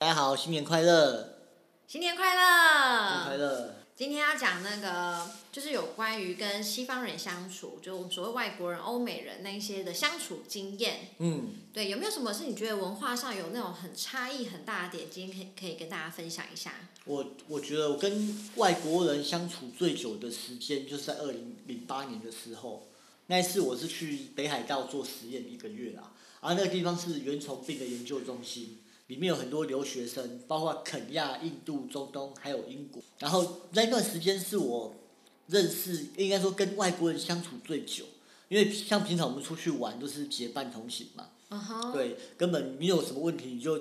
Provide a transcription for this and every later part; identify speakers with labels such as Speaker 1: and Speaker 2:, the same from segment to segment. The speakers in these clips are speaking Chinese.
Speaker 1: 大家好，新年快乐！
Speaker 2: 新年快
Speaker 1: 新年快
Speaker 2: 乐！
Speaker 1: 乐！
Speaker 2: 今天要讲那个就是有关于跟西方人相处，就我们所谓外国人、欧美人那一些的相处经验。
Speaker 1: 嗯，
Speaker 2: 对，有没有什么是你觉得文化上有那种很差异很大的点？今天可以可以跟大家分享一下。
Speaker 1: 我我觉得我跟外国人相处最久的时间就是在二零零八年的时候，那一次我是去北海道做实验一个月啦，然后那个地方是原虫病的研究中心，里面有很多留学生，包括肯亚、印度、中东还有英国。然后那段时间是我认识，应该说跟外国人相处最久，因为像平常我们出去玩都是结伴同行嘛，
Speaker 2: 嗯哼，
Speaker 1: 对，根本你有什么问题，你就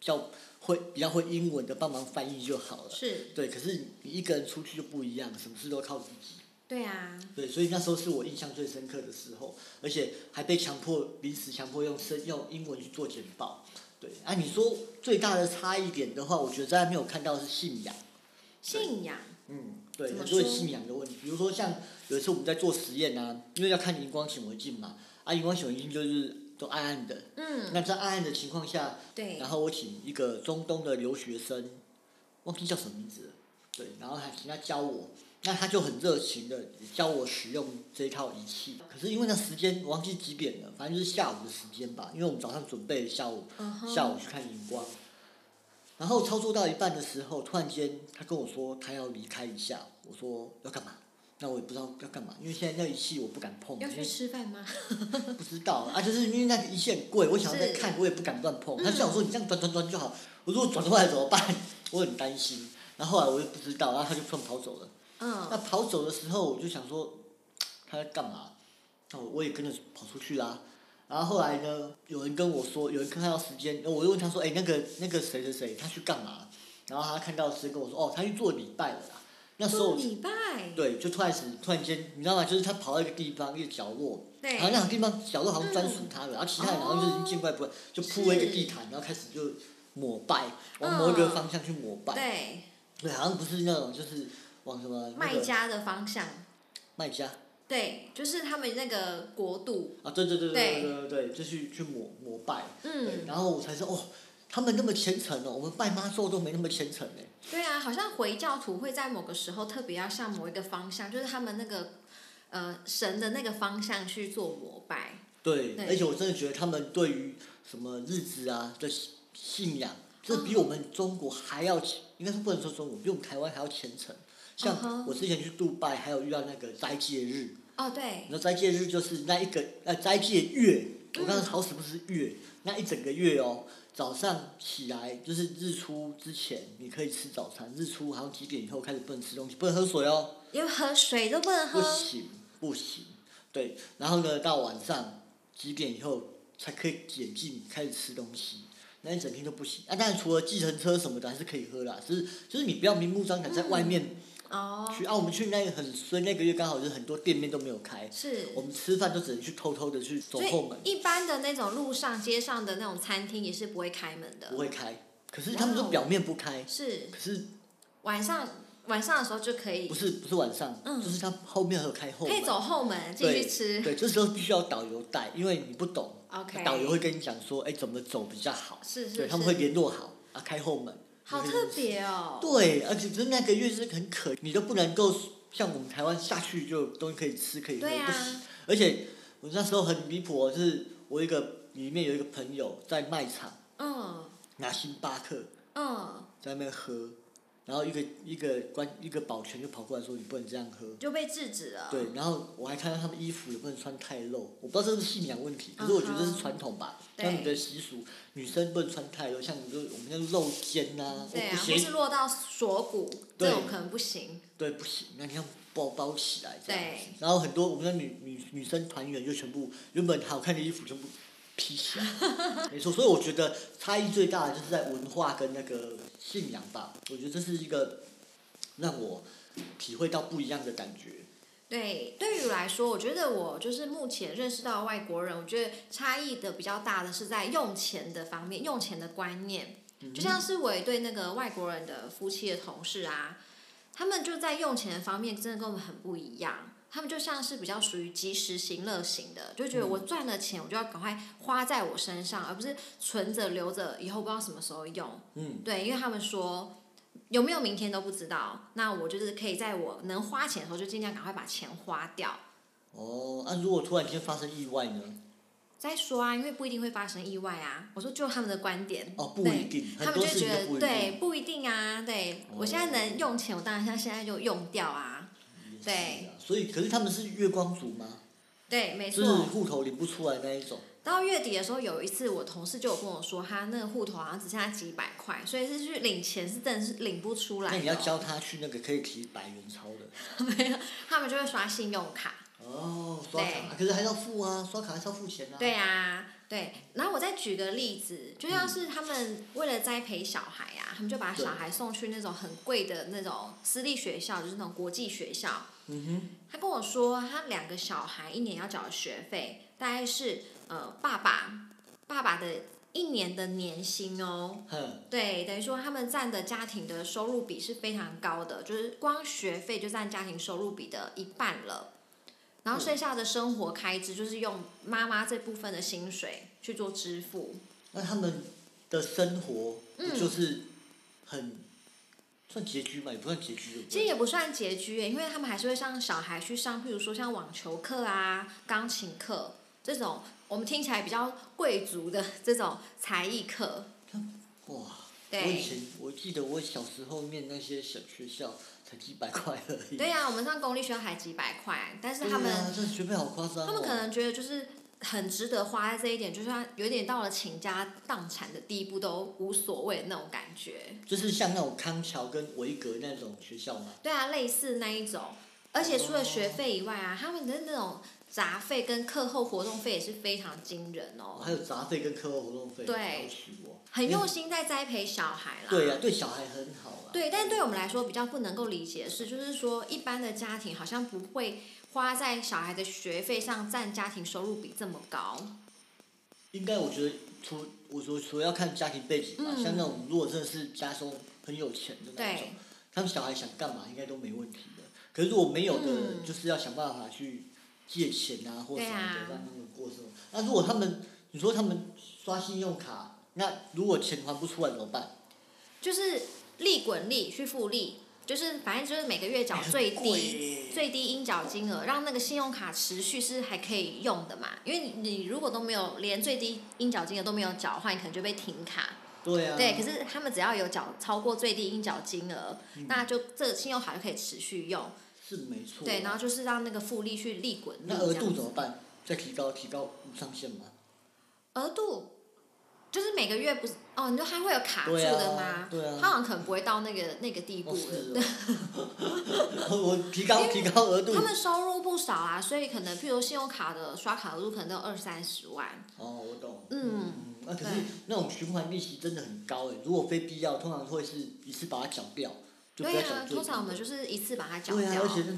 Speaker 1: 叫会比较会英文的帮忙翻译就好了。
Speaker 2: 是，
Speaker 1: 对，可是你一个人出去就不一样，什么事都靠自己。
Speaker 2: 对啊，
Speaker 1: 对，所以那时候是我印象最深刻的时候，而且还被强迫临时强迫用声用英文去做简报。对，啊，你说最大的差异点的话，我觉得在没有看到的是信仰。
Speaker 2: 信仰，
Speaker 1: 嗯，对，
Speaker 2: 怎么
Speaker 1: 很多有
Speaker 2: 说
Speaker 1: 信仰的问题，比如说像有一次我们在做实验啊，因为要看荧光显微镜嘛，啊，荧光显微镜就是都暗暗的，
Speaker 2: 嗯，
Speaker 1: 那在暗暗的情况下，
Speaker 2: 对
Speaker 1: 然，后我请一个中东的留学生，忘记叫什么名字了，对，然后还请他教我，那他就很热情的教我使用这套仪器。可是因为那时间我忘记几点了，反正就是下午的时间吧，因为我们早上准备下午
Speaker 2: 嗯哼
Speaker 1: 下午去看荧光。然后操作到一半的时候，突然间他跟我说他要离开一下，我说要干嘛？那我也不知道要干嘛，因为现在那仪器我不敢碰，
Speaker 2: 要
Speaker 1: 因
Speaker 2: 去
Speaker 1: 为
Speaker 2: 吃饭吗？
Speaker 1: 不知道啊，就是因为那个一线贵，我想要再
Speaker 2: 是嗯
Speaker 1: 看，我也不敢乱碰。他就想说你这样转转转就好，我说我转过来怎么办？ 我很担心。然后后来我就不知道，然后他就突然跑走了。那
Speaker 2: 嗯，
Speaker 1: 跑走的时候，我就想说他在干嘛？那我我也跟着跑出去啦。然后后来呢，有人跟我说，有人看到时间，我就问他说：“哎、那个那个谁谁谁，他去干嘛？”然后他看到时间跟我说：“哦，他去做礼拜了啦。”那时候
Speaker 2: 做礼拜，
Speaker 1: 对，就突然时突然间，你知道吗？就是他跑到一个地方，一个角落，
Speaker 2: 对
Speaker 1: 好，像那种地方角落好像专属他的，然后其他人好像就
Speaker 2: 哦
Speaker 1: 已经见怪不怪，就铺了一个地毯，然后开始就膜拜，
Speaker 2: 嗯
Speaker 1: 往某一个方向去膜拜。
Speaker 2: 对，
Speaker 1: 对，好像不是那种就是往什么那
Speaker 2: 卖
Speaker 1: 个
Speaker 2: 家的方向，
Speaker 1: 卖家
Speaker 2: 对，就是他们那个国度，
Speaker 1: 啊，对对对对
Speaker 2: 对
Speaker 1: 对对对，就去去膜膜拜。对，
Speaker 2: 嗯，
Speaker 1: 然后我才说哦，他们那么虔诚哦，我们拜妈祖都没那么虔诚哎。
Speaker 2: 对啊，好像回教徒会在某个时候特别要向某一个方向，就是他们那个呃神的那个方向去做膜拜。
Speaker 1: 对，
Speaker 2: 对
Speaker 1: 而且我真的觉得他们对于什么日子啊的信信仰，这比我们中国还要，应该是不能说中国，比我们台湾还要虔诚。
Speaker 2: 嗯
Speaker 1: 像
Speaker 2: 哼
Speaker 1: 我之前去杜拜，还有遇到那个斋戒日，
Speaker 2: 哦，对
Speaker 1: 你，说斋戒日就是那一个呃斋戒月，我刚刚好死不是月，那一整个月哦，早上起来就是日出之前你可以吃早餐，日出好像几点以后开始不能吃东西，不能喝水哦。
Speaker 2: 因为喝水都不能
Speaker 1: 不
Speaker 2: 喝，
Speaker 1: 行不行，对，然后呢，到晚上几点以后才可以解禁开始吃东西，那一整天都不行啊。当然，除了计程车什么的还是可以喝啦，只是就是你不要明目张胆在外面
Speaker 2: 哦，
Speaker 1: 去、啊。我们去那个很衰，那个月刚好就是很多店面都没有开，
Speaker 2: 是。
Speaker 1: 我们吃饭都只能去偷偷的去走
Speaker 2: 所
Speaker 1: 后门
Speaker 2: 以，一般的那种路上、街上的那种餐厅也是不会开门的
Speaker 1: 不，会开。可是他们都
Speaker 2: 哇哦
Speaker 1: 表面不开，
Speaker 2: 是
Speaker 1: 可是
Speaker 2: 晚上晚上的时候就可以
Speaker 1: 不，是不是晚上，
Speaker 2: 嗯
Speaker 1: 就是他后面还有开后
Speaker 2: 可
Speaker 1: 门
Speaker 2: 以。走后门进
Speaker 1: 对
Speaker 2: 去吃。
Speaker 1: 对，这时候必须要导游带，因为你不懂
Speaker 2: OK
Speaker 1: 导游会跟你讲说，哎，怎么走比较好，
Speaker 2: 是
Speaker 1: 对，
Speaker 2: 是
Speaker 1: 他们会
Speaker 2: 是，
Speaker 1: 联络好啊，开后门。
Speaker 2: 好
Speaker 1: 你可以
Speaker 2: 特别哦。
Speaker 1: 对，而且就是那个月是很可，你都不能够像我们台湾下去就有东西可以吃可以喝，
Speaker 2: 对啊
Speaker 1: 不行。而且我那时候很离谱哦，就是我一个里面有一个朋友在卖场
Speaker 2: 嗯
Speaker 1: 拿星巴克
Speaker 2: 嗯，
Speaker 1: 在那边喝，然后一个一个关一个保全就跑过来说你不能这样喝，
Speaker 2: 就被制止了。
Speaker 1: 对，然后我还看到他们衣服也不能穿太露，我不知道这是信仰问题，可是我觉得这是传统吧，
Speaker 2: 嗯哼
Speaker 1: 他们的习俗，女生不能穿太露，像你说我们像露肩呐、啊，
Speaker 2: 对
Speaker 1: 不
Speaker 2: 啊，或是
Speaker 1: 行，
Speaker 2: 落到锁骨，
Speaker 1: 对
Speaker 2: 这种可能不行。
Speaker 1: 对，不行，那你要包包起来这样
Speaker 2: 对
Speaker 1: 子。然后很多我们的女女女生团员就全部原本好看的衣服全部披起 来，没错，所以我觉得差异最大的就是在文化跟那个信仰吧，我觉得这是一个让我体会到不一样的感觉。
Speaker 2: 对，对于我来说，我觉得我就是目前认识到的外国人，我觉得差异的比较大的是在用钱的方面，用钱的观
Speaker 1: 嗯
Speaker 2: 念。就像是我也对那个外国人的夫妻的同事啊，他们就在用钱的方面真的跟我们很不一样。他们就像是比较属于及时行乐型的，就觉得我赚了钱，我就要赶快花在我身上，而不是存着留着，以后不知道什么时候用。
Speaker 1: 嗯，
Speaker 2: 对，因为他们说有没有明天都不知道，那我就是可以在我能花钱的时候就尽量赶快把钱花掉。
Speaker 1: 哦，那、如果突然间发生意外呢？
Speaker 2: 再说啊，因为不一定会发生意外啊。我说就他们的观点，
Speaker 1: 哦，不
Speaker 2: 对
Speaker 1: 一定，
Speaker 2: 他
Speaker 1: 很
Speaker 2: 们
Speaker 1: 多
Speaker 2: 就
Speaker 1: 事
Speaker 2: 觉
Speaker 1: 情都不一
Speaker 2: 得对
Speaker 1: 定。
Speaker 2: 不一定啊，对、
Speaker 1: 哦
Speaker 2: 我现在能用钱，我当然像现在就用掉啊。对
Speaker 1: 是啊，所以可是他们是月光族吗？
Speaker 2: 对，没
Speaker 1: 就是
Speaker 2: 错。
Speaker 1: 户头领不出来那一种。
Speaker 2: 到月底的时候，有一次我同事就有跟我说，他那个户头好像只剩下几百块，所以是去领钱是真的是领不出来
Speaker 1: 那
Speaker 2: 的哦。
Speaker 1: 你要 教他去那个可以提百元钞的。
Speaker 2: 他们就会刷信用卡。
Speaker 1: 哦，刷
Speaker 2: 对
Speaker 1: 卡，可是还要付啊，刷卡还是要付钱啊。
Speaker 2: 对啊，对。然后我再举个例子，就像是他们为了栽培小孩啊，他们就把
Speaker 1: 对
Speaker 2: 小孩送去那种很贵的那种私立学校，就是那种国际学校。
Speaker 1: 嗯哼，
Speaker 2: 他跟我说，他两个小孩一年要缴的学费大概是呃爸爸爸爸的一年的年薪哦，
Speaker 1: 哼，
Speaker 2: 对，等于说他们占的家庭的收入比是非常高的，就是光学费就占家庭收入比的一半了，然后剩下的生活开支就是用妈妈这部分的薪水去做支付。
Speaker 1: 那他们的生活不
Speaker 2: 嗯
Speaker 1: 就是很算拮据嘛，也不算拮据，对不
Speaker 2: 其实
Speaker 1: 对？
Speaker 2: 也不算拮据耶，因为他们还是会让小孩去上，譬如说像网球课啊、钢琴课这种我们听起来比较贵族的这种才艺课。
Speaker 1: 哇，我以
Speaker 2: 对，
Speaker 1: 前我记得我小时候念那些小学校才几百块而已。
Speaker 2: 对呀、我们上公立学校还几百块，但是
Speaker 1: 对
Speaker 2: 他们、
Speaker 1: 啊，这学费好夸张哦。
Speaker 2: 他们可能觉得就是很值得花在这一点，就算有点到了倾家荡产的地步都无所谓的那种感觉。
Speaker 1: 就是像那种康桥跟维格那种学校嘛。
Speaker 2: 对啊，类似那一种，而且
Speaker 1: 哦
Speaker 2: 除了学费以外啊，他们的那种杂费跟课后活动费也是非常惊人
Speaker 1: 哦
Speaker 2: 哦，
Speaker 1: 还有杂费跟课后活动费，
Speaker 2: 对
Speaker 1: 要死我
Speaker 2: 很用心在栽培小孩啦。
Speaker 1: 对呀、对小孩很好啊。
Speaker 2: 对，但对我们来说比较不能够理解的是，就是说一般的家庭好像不会花在小孩的学费上占家庭收入比这么高。
Speaker 1: 应该我觉得除我说除了要看家庭背景吧，
Speaker 2: 嗯
Speaker 1: 像那种如果真的是家中很有钱的那种
Speaker 2: 对，
Speaker 1: 他们小孩想干嘛应该都没问题的。可是如果没有的，
Speaker 2: 嗯
Speaker 1: 就是要想办法去借钱啊或什
Speaker 2: 对
Speaker 1: 么的、
Speaker 2: 啊
Speaker 1: 让他们过生活。那如果他们你说他们刷信用卡，那如果钱还不出来怎么办？
Speaker 2: 就是利滚利去复利，就是反正就是每个 月缴最
Speaker 1: 哎贵
Speaker 2: 低
Speaker 1: 耶
Speaker 2: 最低应缴金额，让那个信用卡持续是还可以用的嘛。因为你你如果都没有连最低应缴金额都没有缴的话，你可能就被停卡。
Speaker 1: 对啊，
Speaker 2: 对，可是他们只要有缴超过最低应缴金额，
Speaker 1: 嗯
Speaker 2: 那就这个信用卡就可以持续用。
Speaker 1: 是没错。
Speaker 2: 对，然后就是让那个复利去利滚利
Speaker 1: 那
Speaker 2: 这
Speaker 1: 额度
Speaker 2: 样
Speaker 1: 怎
Speaker 2: 子。
Speaker 1: 么办？再提高，提高无上限吗？
Speaker 2: 额度就是每个月不是哦，你说它会有卡住
Speaker 1: 对
Speaker 2: 的
Speaker 1: 啊
Speaker 2: 吗，？
Speaker 1: 对
Speaker 2: 它
Speaker 1: 啊。
Speaker 2: 好像可能不会到那个那个地步
Speaker 1: 哦，
Speaker 2: 了。
Speaker 1: 是哦。我提高提高额度
Speaker 2: 他。们收入不少啊，所以可能譬如信用卡的刷卡额度可能都有二三十万。
Speaker 1: 哦，我懂。
Speaker 2: 嗯，
Speaker 1: 那、可是
Speaker 2: 对
Speaker 1: 那种循环利息真的很高哎，如果非必要，通常会是一次把它缴掉，就不
Speaker 2: 对
Speaker 1: 要
Speaker 2: 啊
Speaker 1: 缴，最低
Speaker 2: 通常我们
Speaker 1: 的。
Speaker 2: 就是一次把它缴
Speaker 1: 对啊，
Speaker 2: 掉
Speaker 1: 而。且那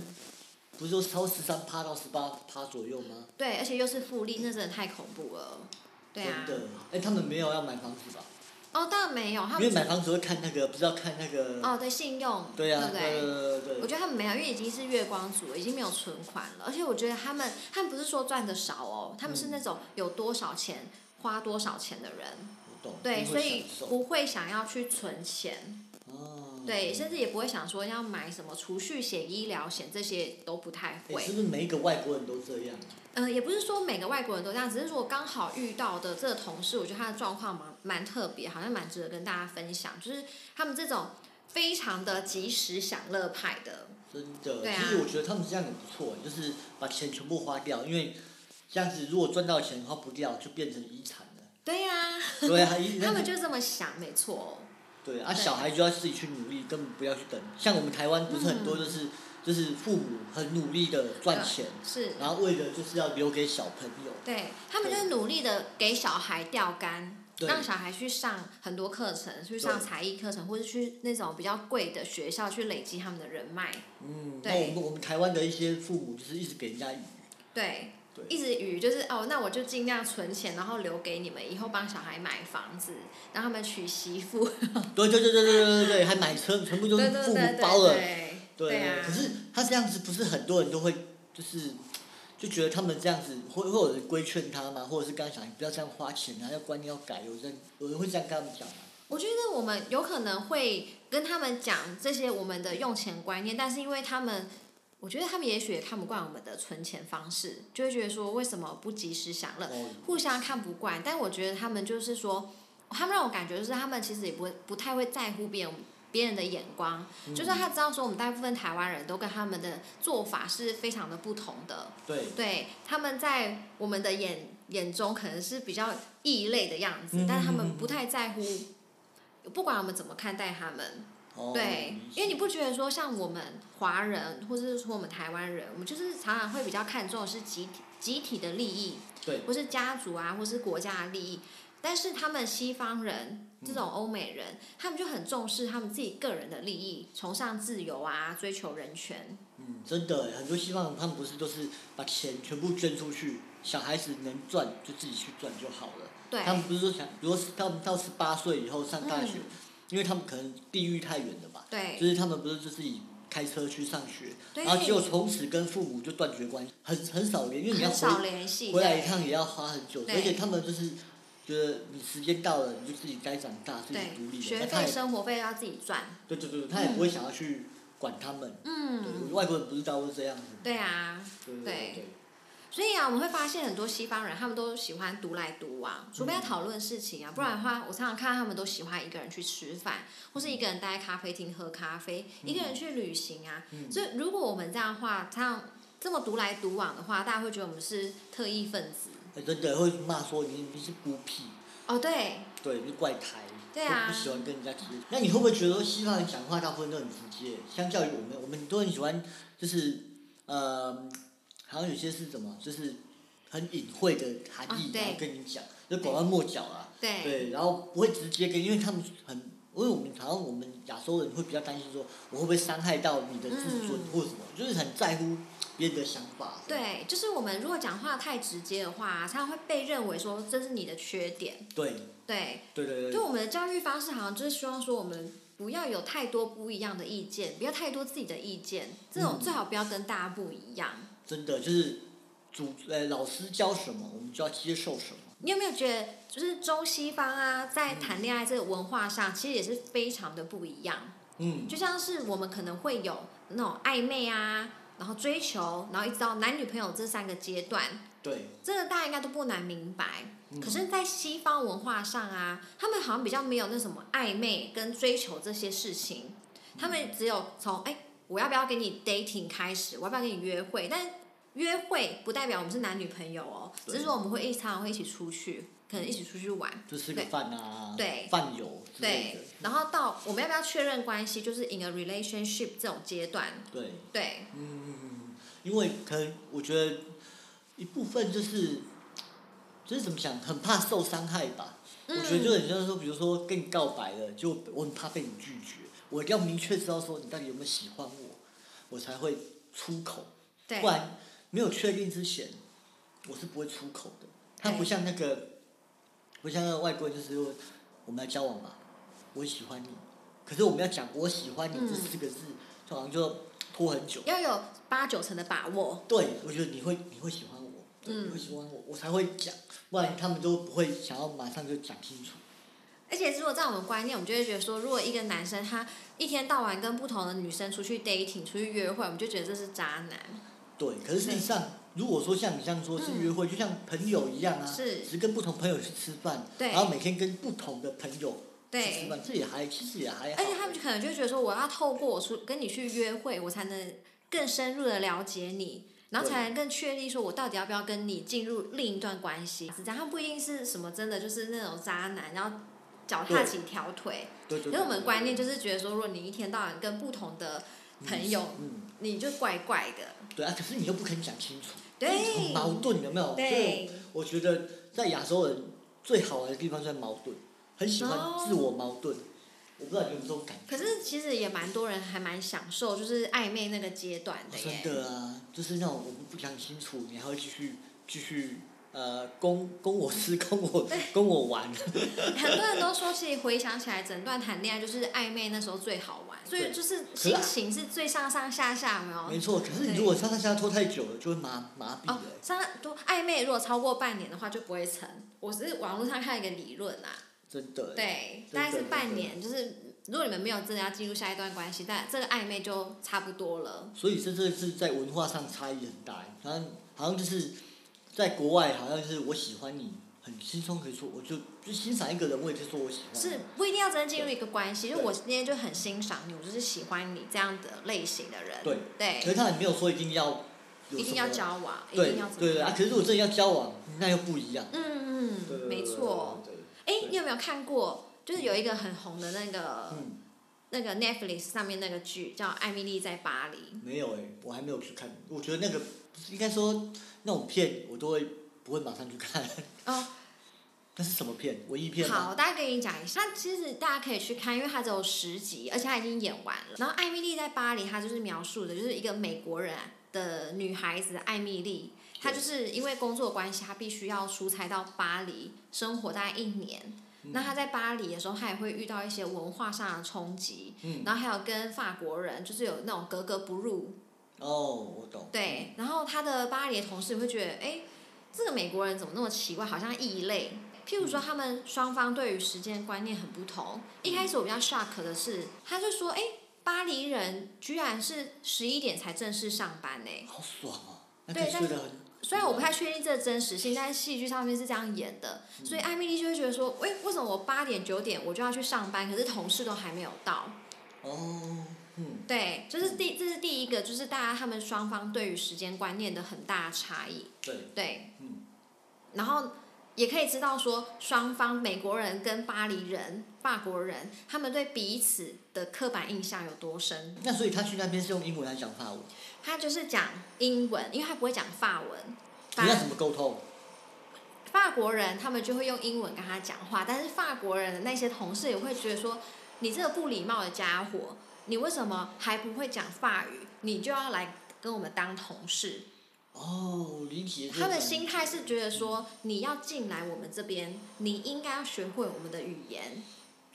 Speaker 1: 不是说超十三趴到十八趴左右吗？
Speaker 2: 对，而且又是复利，那真的太恐怖了。对啊。
Speaker 1: 真的，哎，他们没有要买房子吧？
Speaker 2: 哦，当然没有，
Speaker 1: 因
Speaker 2: 他
Speaker 1: 为
Speaker 2: 们
Speaker 1: 买房子会看那个，不知道看那个。
Speaker 2: 哦，对，信用，
Speaker 1: 对啊，
Speaker 2: 不
Speaker 1: 对对
Speaker 2: 对？
Speaker 1: 对对
Speaker 2: 我
Speaker 1: 对。
Speaker 2: 觉得他们没有，因为已经是月光族了，已经没有存款了。而且我觉得他们，他们不是说赚的少哦，他们是那种有多少钱花多少钱的人，
Speaker 1: 我懂。
Speaker 2: 对，
Speaker 1: 一定
Speaker 2: 所
Speaker 1: 会
Speaker 2: 以
Speaker 1: 享受。
Speaker 2: 不会想要去存钱。
Speaker 1: 哦。
Speaker 2: 对，甚至也不会想说要买什么储蓄险、医疗险，这些都不太
Speaker 1: 哎，是
Speaker 2: 会。
Speaker 1: 不是每一个外国人都这样啊？
Speaker 2: 呃，也不是说每个外国人都这样，只是说我刚好遇到的这个同事，我觉得他的状况蛮蛮特别，好像蛮值得跟大家分享。就是他们这种非常的及时享乐派的，
Speaker 1: 真的，
Speaker 2: 对啊
Speaker 1: 其实我觉得他们这样也不错，就是把钱全部花掉，因为这样子如果赚到钱花不掉，就变成遗产 了。
Speaker 2: 对呀、
Speaker 1: 对啊，遗
Speaker 2: 他
Speaker 1: 那
Speaker 2: 们就这么想，没错。
Speaker 1: 对啊，
Speaker 2: 对
Speaker 1: 小孩就要自己去努力，根本不要去等。像我们台湾不是很多
Speaker 2: 嗯
Speaker 1: 就是、就是父母很努力的赚钱，
Speaker 2: 是，
Speaker 1: 然后为了就是要留给小朋友。
Speaker 2: 对他们就是努力的给小孩钓竿，
Speaker 1: 对
Speaker 2: 让小孩去上很多课程，去上
Speaker 1: 对
Speaker 2: 才艺课程，或者去那种比较贵的学校去累积他们的人脉。
Speaker 1: 嗯，
Speaker 2: 对
Speaker 1: 那我们我们台湾的一些父母就是一直给人家鱼，
Speaker 2: 对，
Speaker 1: 对
Speaker 2: 一直与就是哦，那我就尽量存钱，然后留给你们，以后帮小孩买房子，让他们娶媳 妇。
Speaker 1: 对对对对对对对，还买车，全部都
Speaker 2: 对
Speaker 1: 是
Speaker 2: 对
Speaker 1: 父母
Speaker 2: 对对
Speaker 1: 包了。
Speaker 2: 对，对啊
Speaker 1: 可是他这样子不是很多人都会就是就觉得他们这样子，或或者是规劝他嘛，或者是跟他讲你不要这样花钱啊，要观念要改，有人有人会这样跟他们讲吗？
Speaker 2: 我觉得我们有可能会跟他们讲这些我们的用钱观念，但是因为他们，我觉得他们也许也看不惯我们的存钱方式，就会觉得说为什么不及时享乐，
Speaker 1: 哦
Speaker 2: 互相看不惯。但我觉得他们就是说，哦他们让我感觉就是他们其实也不会不太会在乎别人别人的眼光，
Speaker 1: 嗯
Speaker 2: 就是他知道说我们大部分台湾人都跟他们的做法是非常的不同的，
Speaker 1: 对，
Speaker 2: 对，他们在我们的眼眼中可能是比较异类的样子，
Speaker 1: 嗯
Speaker 2: 但是他
Speaker 1: 嗯嗯
Speaker 2: 们
Speaker 1: 嗯
Speaker 2: 不太在乎，不管我们怎么看待他们，
Speaker 1: 哦，
Speaker 2: 对，因为
Speaker 1: 你
Speaker 2: 你不觉得说像我们华人或者是说我们台湾人，我们就是常常会比较看重的是集体集体的利益，
Speaker 1: 对，
Speaker 2: 或是家族啊，或是国家的利益，但是他们西方人这种欧美人，他们就很重视他们自己个人的利益，崇尚自由啊，追求人权，
Speaker 1: 嗯，真的耶，很多西方人他们不是都是把钱全部捐出去，小孩子能赚就自己去赚就好了。
Speaker 2: 对，
Speaker 1: 他们不是说想，如果是他们到十八岁以后上大学，
Speaker 2: 嗯
Speaker 1: 因为他们可能地域太远了吧，
Speaker 2: 对，
Speaker 1: 就是他们不是就自己开车去上学，
Speaker 2: 对
Speaker 1: 然后结果啊从此跟父母就断绝关系，很很少联，因为你要
Speaker 2: 很少
Speaker 1: 回
Speaker 2: 联系，
Speaker 1: 回来
Speaker 2: 对
Speaker 1: 一趟也要花很久，
Speaker 2: 对
Speaker 1: 而且他们就是觉得你时间到了，你就自己该长大，自己独
Speaker 2: 对，
Speaker 1: 立
Speaker 2: 学
Speaker 1: 了，那他
Speaker 2: 费、
Speaker 1: 也
Speaker 2: 生活费要自己赚。
Speaker 1: 对对对，对他也不会想要去管他们。对，我
Speaker 2: 嗯，
Speaker 1: 觉得外国人不是大多是这样子吗。
Speaker 2: 对啊，
Speaker 1: 对对
Speaker 2: 对所以啊，我们会发现很多西方人他们都喜欢独来独往，除非要讨论事情啊，不然的
Speaker 1: 嗯
Speaker 2: 话，我常常看到他们都喜欢一个人去吃饭，或是一个人待在咖啡厅喝咖啡，
Speaker 1: 嗯
Speaker 2: 一个人去旅行啊。
Speaker 1: 嗯
Speaker 2: 所以如果我们这样的话，这样这么独来独往的话，大家会觉得我们是特异分子。
Speaker 1: 哎真的会骂说你你是孤僻，
Speaker 2: 哦，对，
Speaker 1: 对，你是怪胎，
Speaker 2: 对啊
Speaker 1: 不喜欢跟人家接触。那你会不会觉得西方人讲话大部分都很直接？相较于我们，我们都很喜欢，就是呃，好像有些是什么，就是很隐晦的含
Speaker 2: 啊
Speaker 1: 义，
Speaker 2: 对
Speaker 1: 然后跟你讲，就拐弯抹角啊。
Speaker 2: 对，
Speaker 1: 对，然后不会直接跟，因为他们很，因为我们好像我们亚洲人会比较担心说，我会不会伤害到你的自尊
Speaker 2: 嗯
Speaker 1: 或什么，就是很在乎别人的想法。
Speaker 2: 对，就是我们如果讲话太直接的话，常常会被认为说这是你的缺点。
Speaker 1: 对，
Speaker 2: 对，
Speaker 1: 对对对
Speaker 2: 就
Speaker 1: 对，
Speaker 2: 我们的教育方式，好像就是希望说我们不要有太多不一样的意见，不要太多自己的意见，这种
Speaker 1: 嗯
Speaker 2: 最好不要跟大家不一样。
Speaker 1: 真的就是主呃老师教什么，我们就要接受什么。
Speaker 2: 你有没有觉得，就是中西方啊，在谈恋爱这个文化上，其实也是非常的不一样。
Speaker 1: 嗯，
Speaker 2: 就像是我们可能会有那种暧昧啊，然后追求，然后一直到男女朋友这三个阶段，
Speaker 1: 对，
Speaker 2: 这个大家应该都不难明白。
Speaker 1: 嗯
Speaker 2: 可是，在西方文化上啊，他们好像比较没有那什么暧昧跟追求这些事情，他们只有从哎、我要不要跟你 dating 开始，我要不要跟你约会？但约会不代表我们是男女朋友哦，
Speaker 1: 对
Speaker 2: 只是说我们会一常常会一起出去，可能一起出去玩。
Speaker 1: 就吃个
Speaker 2: 对
Speaker 1: 饭啊，
Speaker 2: 对
Speaker 1: 饭友之类
Speaker 2: 对
Speaker 1: 的，，
Speaker 2: 然后到我们要不要确认关系，就是 in a relationship 这种阶段，
Speaker 1: 对，
Speaker 2: 对
Speaker 1: 嗯，因为可能我觉得一部分就是。就是怎么讲，很怕受伤害吧。
Speaker 2: 嗯
Speaker 1: 我觉得就很像说，比如说跟你告白了，就我很怕被你拒绝，我一定要明确知道说你到底有没有喜欢我，我才会出口。
Speaker 2: 对
Speaker 1: 不然没有确定之前，我是不会出口的。他不
Speaker 2: 对
Speaker 1: 像那个，不像那个外国人，就是我我们来交往吧，我喜欢你，可是我们要讲我喜欢你这
Speaker 2: 嗯
Speaker 1: 四个字，就好像就拖很久。
Speaker 2: 要有八九成的把握。
Speaker 1: 对，我觉得你会你会喜欢我，对
Speaker 2: 嗯
Speaker 1: 你会喜欢我，我才会讲，不然他们都不会想要马上就讲清楚。
Speaker 2: 而且，如果在我们观念，我们就会觉得说，如果一个男生他一天到晚跟不同的女生出去 dating、出去约会，我们就觉得这是渣男。
Speaker 1: 对，可是事实上，如果说像你这样说是约会，就像朋友一样啊，
Speaker 2: 嗯是
Speaker 1: 只是跟不同朋友去吃饭，
Speaker 2: 对
Speaker 1: 然后每天跟不同的朋友去吃
Speaker 2: 对，
Speaker 1: 饭，这也还其实也还好。
Speaker 2: 而且他们就可能就觉得说，我要透过我出跟你去约会，我才能更深入的了解你，然后
Speaker 1: 对
Speaker 2: 才能更确立说我到底要不要跟你进入另一段关系。只这样，他们不一定是什么真的就是那种渣男，然后脚
Speaker 1: 对
Speaker 2: 踏几条腿。
Speaker 1: 对对
Speaker 2: 因
Speaker 1: 对
Speaker 2: 为我们观念就是是觉得说，如果你一天到晚跟不同的朋友，
Speaker 1: 嗯，
Speaker 2: 你就怪怪的。
Speaker 1: 对啊，可是你又不肯讲清楚，
Speaker 2: 对，
Speaker 1: 很矛盾，有没有？所以
Speaker 2: 对。
Speaker 1: 我觉得在亚洲人最好玩的地方就在矛盾，很喜欢
Speaker 2: 哦
Speaker 1: 自我矛盾。我不知道你有没有这种感觉？
Speaker 2: 可是其实也蛮多人还蛮享受，就是暧昧那个阶段
Speaker 1: 哦
Speaker 2: 的耶。
Speaker 1: 真的啊，就是那种我们不讲清楚，你还会继续继续呃供供我 吃，供我供我玩。
Speaker 2: 很多人都说，其实回想起来，整段谈恋爱就是暧昧那时候最好玩，所以
Speaker 1: 对
Speaker 2: 就是
Speaker 1: 是
Speaker 2: 心
Speaker 1: 啊
Speaker 2: 情是最上上下下，有没有？
Speaker 1: 没错，可是你如果上上下下拖太久了，就会麻麻痹
Speaker 2: 哦
Speaker 1: 的、，
Speaker 2: 上多暧昧如果超过半年的话就不会成。我是网络上看一个理论啊啦，
Speaker 1: 真的。
Speaker 2: 对，
Speaker 1: 真的
Speaker 2: 大概是
Speaker 1: 真的
Speaker 2: 半年，就是如果你们没有真的要进入下一段关系，但这个暧昧就差不多了。
Speaker 1: 所以这这是在文化上差异很大，好像好像就是在国外，好像就是我喜欢你，很轻松可以说，我就就欣赏一个人，我也就说我喜欢。
Speaker 2: 是不一定要真的进入一个关系，就
Speaker 1: 对
Speaker 2: 我今天就很欣赏你，我就是喜欢你这样的类型的人，
Speaker 1: 对可是他也没有说一定要有
Speaker 2: 一定
Speaker 1: 什
Speaker 2: 要
Speaker 1: 么
Speaker 2: 交往，一
Speaker 1: 对
Speaker 2: 定要怎么
Speaker 1: 对对
Speaker 2: 样
Speaker 1: 啊！可是如果真的要交往，那又不一样。
Speaker 2: 嗯
Speaker 1: 对
Speaker 2: 嗯，没错。。
Speaker 1: 对对对对
Speaker 2: 哎，你有没有看过？就是有一个很红的那个、
Speaker 1: 嗯，
Speaker 2: 那个 Netflix 上面那个剧叫《艾米丽在巴黎》。
Speaker 1: 没有哎、我还没有去看。我觉得那个应该说那种片，我都会不会马上去看。
Speaker 2: 哦，
Speaker 1: 那是什么片？文艺片吗？
Speaker 2: 好，大家跟你讲一下，它其实大家可以去看，因为它只有十集，而且它已经演完了。然后艾米丽在巴黎，它就是描述的就是一个美国人的女孩子艾米丽，她就是因为工作关系，她必须要出差到巴黎生活大概一年。
Speaker 1: 嗯
Speaker 2: 那她在巴黎的时候，她也会遇到一些文化上的冲击，
Speaker 1: 嗯，
Speaker 2: 然后还有跟法国人就是有那种格格不入，
Speaker 1: 哦，我懂。
Speaker 2: 对，然后他的巴黎的同事会觉得，哎，这个美国人怎么那么奇怪，好像异类。譬如说，他们双方对于时间观念很不同。一开始我比较 shock 的是，他就说，哎，巴黎人居然是十一点才正式上班呢。
Speaker 1: 好爽哦、那
Speaker 2: 对
Speaker 1: 可以
Speaker 2: 但
Speaker 1: 睡得很。
Speaker 2: 虽然我不太确定这真实性，但是戏剧上面是这样演的，所以艾米丽就会觉得说，哎，为什么我八点九点我就要去上班，可是同事都还没有到？
Speaker 1: 哦，嗯，
Speaker 2: 对，就是第这是第一个，就是大家他们双方对于时间观念的很大差异。
Speaker 1: 对，
Speaker 2: 对，
Speaker 1: 嗯
Speaker 2: 然后也可以知道说，双方美国人跟巴黎人、法国人，他们对彼此的刻板印象有多深。
Speaker 1: 那所以他去那边是用英文还是讲法文？
Speaker 2: 他就是讲英文，因为他不会讲法文。
Speaker 1: 你要
Speaker 2: 法
Speaker 1: 怎么沟通？
Speaker 2: 法国人他们就会用英文跟他讲话，但是法国人的那些同事也会觉得说，你这个不礼貌的家伙，你为什么还不会讲法语？你就要来跟我们当同事？
Speaker 1: 哦，我理解。
Speaker 2: 他的心态是觉得说，你要进来我们这边，你应该要学会我们的语言。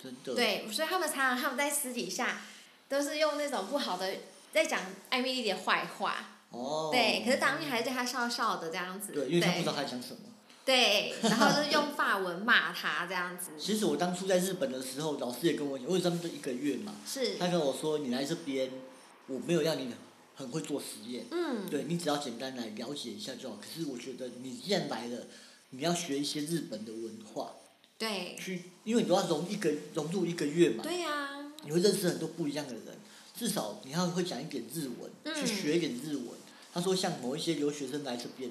Speaker 1: 真的。。
Speaker 2: 对，所以他们常常他们在私底下都是用那种不好的在讲艾米丽的坏话。
Speaker 1: 哦。
Speaker 2: 对，可是当面还是对她笑笑的这样子。
Speaker 1: 对，因为他不知
Speaker 2: 对
Speaker 1: 道他在讲什么。
Speaker 2: 对，然后就是用法文骂她这 样子。
Speaker 1: 其实我当初在日本的时候，老师也跟我讲，我有这么一个月嘛，
Speaker 2: 是，
Speaker 1: 他跟我说，你来这边，我没有让你很会做实验，
Speaker 2: 嗯，
Speaker 1: 对你只要简单来了解一下就好。可是我觉得你既然来了，你要学一些日本的文化，
Speaker 2: 对，
Speaker 1: 去，因为你都要融一个融入一个月嘛，
Speaker 2: 对呀、
Speaker 1: 你会认识很多不一样的人，至少你要会讲一点日文，
Speaker 2: 嗯
Speaker 1: 去学一点日文。他说，像某一些留学生来这边，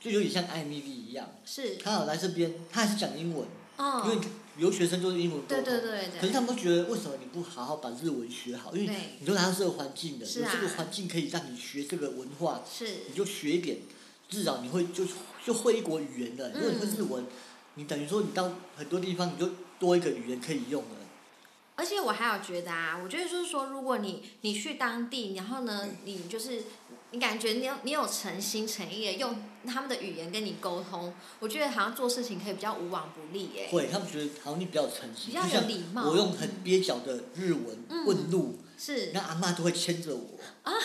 Speaker 1: 就有点像艾米丽一样，
Speaker 2: 是，
Speaker 1: 他好来这边，他还是讲英文，因为
Speaker 2: 嗯，
Speaker 1: 留学生都是英文沟
Speaker 2: 对
Speaker 1: 通。
Speaker 2: 对对
Speaker 1: 可是
Speaker 2: 对，
Speaker 1: 他们都觉得，为什么你不好好把日文学好？因为
Speaker 2: 对
Speaker 1: 你都来到这个环境的，
Speaker 2: 是
Speaker 1: 有
Speaker 2: 啊
Speaker 1: 这个环境可以让你学这个文化，
Speaker 2: 是，
Speaker 1: 你就学一点，至少你会就就会一国语言了。如果你会
Speaker 2: 嗯
Speaker 1: 日文，你等于说你到很多地方你就多一个语言可以用了。
Speaker 2: 而且我还有觉得啊，我觉得就是说，如果你你去当地，然后呢，
Speaker 1: 嗯
Speaker 2: 你就是你感觉你有你有诚心诚意的用他们的语言跟你沟通，我觉得好像做事情可以比较无往不利耶、
Speaker 1: 会，他们觉得好像你比较诚
Speaker 2: 比
Speaker 1: 心，
Speaker 2: 较
Speaker 1: 就
Speaker 2: 有
Speaker 1: 像
Speaker 2: 礼貌。
Speaker 1: 我用很蹩脚的日文
Speaker 2: 嗯
Speaker 1: 问路，
Speaker 2: 是
Speaker 1: 那阿妈都会牵着我，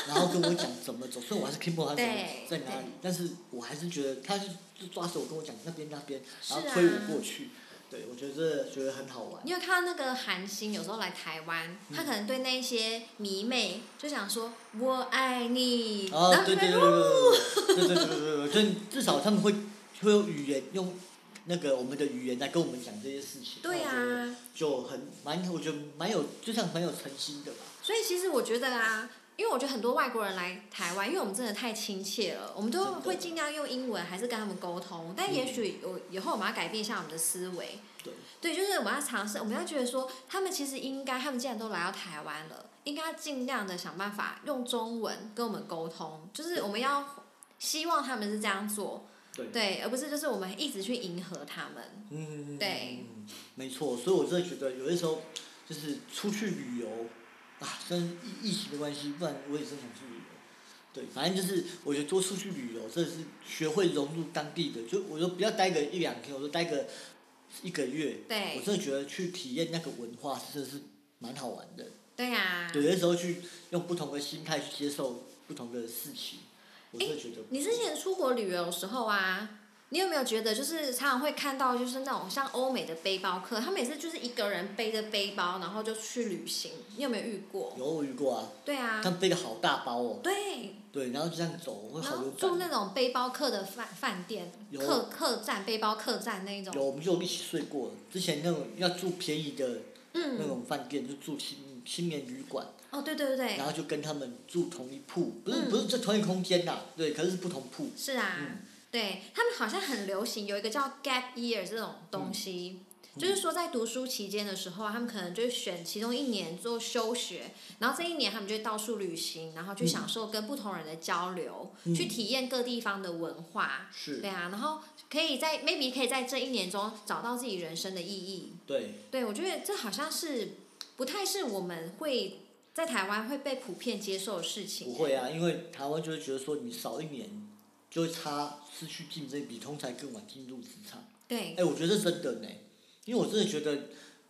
Speaker 1: 然后跟我讲怎么走，虽然我还是听不懂她怎么
Speaker 2: 对
Speaker 1: 在哪里
Speaker 2: 对，
Speaker 1: 但是我还是觉得她是就抓手跟我讲那边那边，
Speaker 2: 是
Speaker 1: 然
Speaker 2: 啊
Speaker 1: 后推我过去。对，我觉得这觉得很好玩。
Speaker 2: 你有看到那个韩星有时候来台湾，
Speaker 1: 嗯
Speaker 2: 他可能对那一些迷妹就想说“我爱你”，
Speaker 1: 哦
Speaker 2: 然，后
Speaker 1: 对
Speaker 2: 就
Speaker 1: 对
Speaker 2: 会
Speaker 1: 对对对对对对对对对，就至少他们会会用语言用那个我们的语言来跟我们讲这些事情。
Speaker 2: 对
Speaker 1: 哦那我觉得
Speaker 2: 啊，
Speaker 1: 就很蛮，我觉得蛮有，就像蛮有诚心的吧。
Speaker 2: 所以其实我觉得啊，因为我觉得很多外国人来台湾，因为我们真的太亲切了，我们都
Speaker 1: 真的嗯
Speaker 2: 会尽量用英文还是跟他们沟通，但也许有以后我们要改变一下我们的思维。
Speaker 1: 对，
Speaker 2: 对，就是我们要尝试，我们要觉得说，他们其实应该，他们既然都来到台湾了，应该要尽量的想办法用中文跟我们沟通，就是我们要希望他们是这样做，
Speaker 1: 对
Speaker 2: 对，而不是就是我们一直去迎合他们。
Speaker 1: 嗯，
Speaker 2: 对，
Speaker 1: 没错，所以我真的觉得有些时候就是出去旅游啊，虽然疫疫情的关系，不然我也真想去旅游。对，反正就是我觉得多出去旅游，这是学会融入当地的。就我说不要待个一两天，我说待个一个月，我
Speaker 2: 对，
Speaker 1: 真的觉得去体验那个文化真的是蛮好玩的。
Speaker 2: 对呀、
Speaker 1: 对，有些时候去用不同的心态去接受不同的事情，我真的觉得不错。
Speaker 2: 你之前出国旅游的时候啊，你有没有觉得就是常常会看到就是那种像欧美的背包客，他们也是就是一个人背着背包，然后就去旅行，你有没有遇过？
Speaker 1: 有我遇过啊，
Speaker 2: 对啊
Speaker 1: 他，们背个好大包哦，
Speaker 2: 对，
Speaker 1: 对，然后就这样走，我
Speaker 2: 然
Speaker 1: 好
Speaker 2: 后
Speaker 1: 有
Speaker 2: 住那
Speaker 1: 感。
Speaker 2: 种背包客的饭饭店、
Speaker 1: 有
Speaker 2: 客客栈、背包客栈那一种，
Speaker 1: 有，我们就有一起睡过。之前那种要住便宜的那
Speaker 2: 嗯，
Speaker 1: 种饭店，就住青青年旅馆，
Speaker 2: 哦，对对对对
Speaker 1: 然，后就跟他们住同一铺，不是
Speaker 2: 嗯
Speaker 1: 不是在同一空间呐，对，可是是不同铺。
Speaker 2: 是啊，
Speaker 1: 嗯
Speaker 2: 对他们好像很流行有一个叫 gap year 这种东西，
Speaker 1: 嗯
Speaker 2: 就是说在读书期间的时候啊，他们可能就选其中一年做休学，然后这一年他们就会到处旅行，然后去
Speaker 1: 嗯
Speaker 2: 享受跟不同人的交流，
Speaker 1: 嗯
Speaker 2: 去体验各地方的文化。
Speaker 1: 是
Speaker 2: 对，啊，然后可以在 maybe 可以在这一年中找到自己人生的意义。
Speaker 1: 对，
Speaker 2: 对我觉得这好像是不太是我们会在台湾会被普遍接受的事情。
Speaker 1: 不会啊，因为台湾就会觉得说你少一年，就会差失去竞争比，通才更晚进入职场。
Speaker 2: 对
Speaker 1: 哎，，我觉得是真的呢，因为我真的觉得，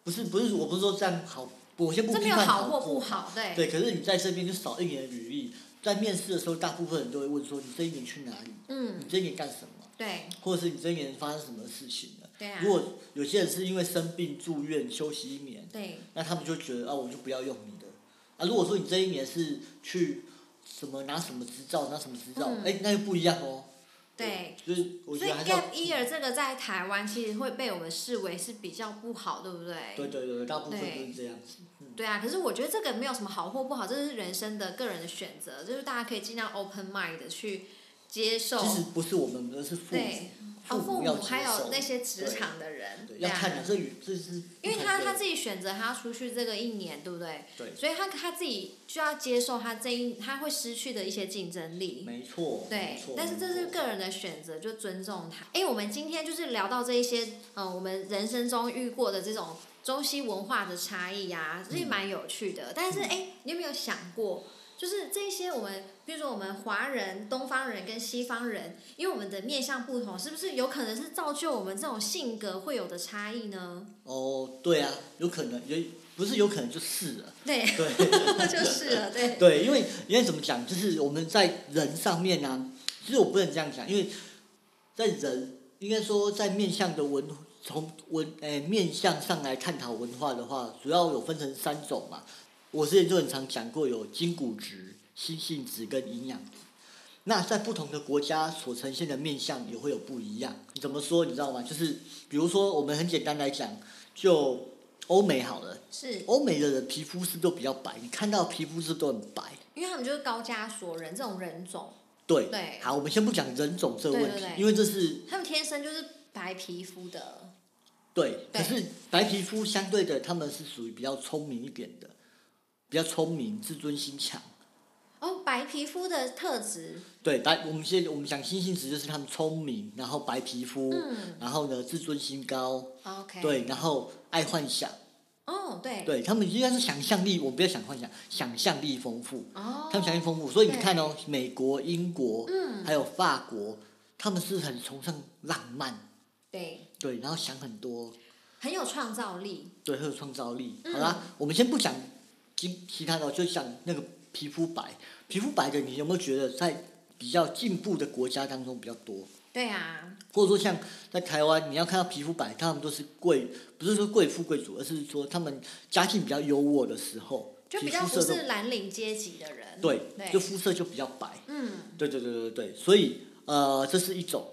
Speaker 1: 不是不是，我不是说这样好，我先不
Speaker 2: 这没
Speaker 1: 批
Speaker 2: 有
Speaker 1: 判
Speaker 2: 好或
Speaker 1: 或
Speaker 2: 不好，对。
Speaker 1: 对，可是你在这边就少一年的履历，在面试的时候，大部分人都会问说你这一年去哪里，
Speaker 2: 嗯
Speaker 1: 你，这一年干什么，
Speaker 2: 对
Speaker 1: 或者是你这一年发生什么事情了。
Speaker 2: 对啊
Speaker 1: 如，果有些人是因为生病住院休息一年，
Speaker 2: 对
Speaker 1: 那他们就觉得啊，我就不要用你的。啊，如果说你这一年是去什么拿什么执照，拿什么执照，
Speaker 2: 嗯
Speaker 1: 哎、那又不一样哦。
Speaker 2: 对，
Speaker 1: 就是我觉
Speaker 2: 所以
Speaker 1: 得还是要
Speaker 2: gap year 这个在台湾其实会被我们视为是比较不好，对不对？
Speaker 1: 对对对，大部分都
Speaker 2: 对
Speaker 1: 是这样子。嗯，
Speaker 2: 对啊，可是我觉得这个没有什么好或不好，这是人生的个人的选择，就是大家可以尽量 open mind 的去接受。
Speaker 1: 其实不是我们，而是父
Speaker 2: 对
Speaker 1: 母，
Speaker 2: 哦，父
Speaker 1: 母要
Speaker 2: 母
Speaker 1: 接受。
Speaker 2: 还有那些职场的人，
Speaker 1: 对，
Speaker 2: 对
Speaker 1: 要看
Speaker 2: 啊
Speaker 1: 的，，这与这是
Speaker 2: 因为他
Speaker 1: 不同的
Speaker 2: 他自己选择他要出去这个一年，对不对？
Speaker 1: 对，
Speaker 2: 所以他他自己就要接受他这一他会失去的一些竞争力。
Speaker 1: 没错，
Speaker 2: 对
Speaker 1: 没错，
Speaker 2: 但是这是
Speaker 1: 没错
Speaker 2: 个人的选择，就尊重他。哎，我们今天就是聊到这一些，呃，我们人生中遇过的这种中西文化的差异啊，这也
Speaker 1: 嗯
Speaker 2: 蛮有趣的。但是，哎，你有没有想过，就是这些我们，比如说我们华人、东方人跟西方人，因为我们的面向不同，是不是有可能是造就我们这种性格会有的差 异呢？
Speaker 1: 哦，对啊，有可能有不是有可能就是了，
Speaker 2: 对，
Speaker 1: 对
Speaker 2: 就是了，对，
Speaker 1: 对，因为因为怎么讲，就是我们在人上面呢、其实我不能这样讲，因为在人应该说在面向的文从文诶、面向上来探讨文化的话，主要有分成三种嘛。我之前就很常讲过，有筋骨质、心性质跟营养质。那在不同的国家所呈现的面相也会有不一样。怎么说你知道吗？就是比如说，我们很简单来讲，就欧美好了，
Speaker 2: 是
Speaker 1: 欧美的人皮肤是都比较白，你看到皮肤是都很白。
Speaker 2: 因为他们就是高加索人这种人种，
Speaker 1: 对，
Speaker 2: 对
Speaker 1: 好，我们先不讲人种这个问题，
Speaker 2: 对对对
Speaker 1: 因为这是
Speaker 2: 他们天生就是白皮肤的，
Speaker 1: 对，
Speaker 2: 对
Speaker 1: 可是白皮肤相对的，他们是属于比较聪明一点的，比较聪明，自尊心强。
Speaker 2: 哦，白皮肤的特质，
Speaker 1: 对，白我们现在我们讲新性质就是他们聪明，然后白皮肤，
Speaker 2: 嗯
Speaker 1: 然后呢自尊心高，
Speaker 2: ，OK，，
Speaker 1: 对，然后爱幻想，
Speaker 2: 哦，对，，
Speaker 1: 对他们应该是想象力，我不要想幻想，想象力丰富，
Speaker 2: 哦，
Speaker 1: 他们想象力丰富，所以你看哦，美国、英国，
Speaker 2: 嗯
Speaker 1: 还有法国，他们是很崇尚浪漫，
Speaker 2: 对，
Speaker 1: 对，然后想很多，
Speaker 2: 很有创造力，
Speaker 1: 对，很有创造力。
Speaker 2: 嗯
Speaker 1: 好啦，我们先不讲其其他的，就讲那个皮肤白，皮肤白的，你有没有觉得在比较进步的国家当中比较多？
Speaker 2: 对啊，
Speaker 1: 或者说像在台湾，你要看到皮肤白，他们都是贵，不是说贵妇贵族，而是说他们家境比较优渥的时候，
Speaker 2: 就
Speaker 1: 其
Speaker 2: 比
Speaker 1: 实
Speaker 2: 较
Speaker 1: 肤
Speaker 2: 不
Speaker 1: 色都
Speaker 2: 是蓝领阶级的人，
Speaker 1: 对，
Speaker 2: 对
Speaker 1: 就肤色就比较白。
Speaker 2: 嗯，
Speaker 1: 对对对对对，所以呃，这是一种，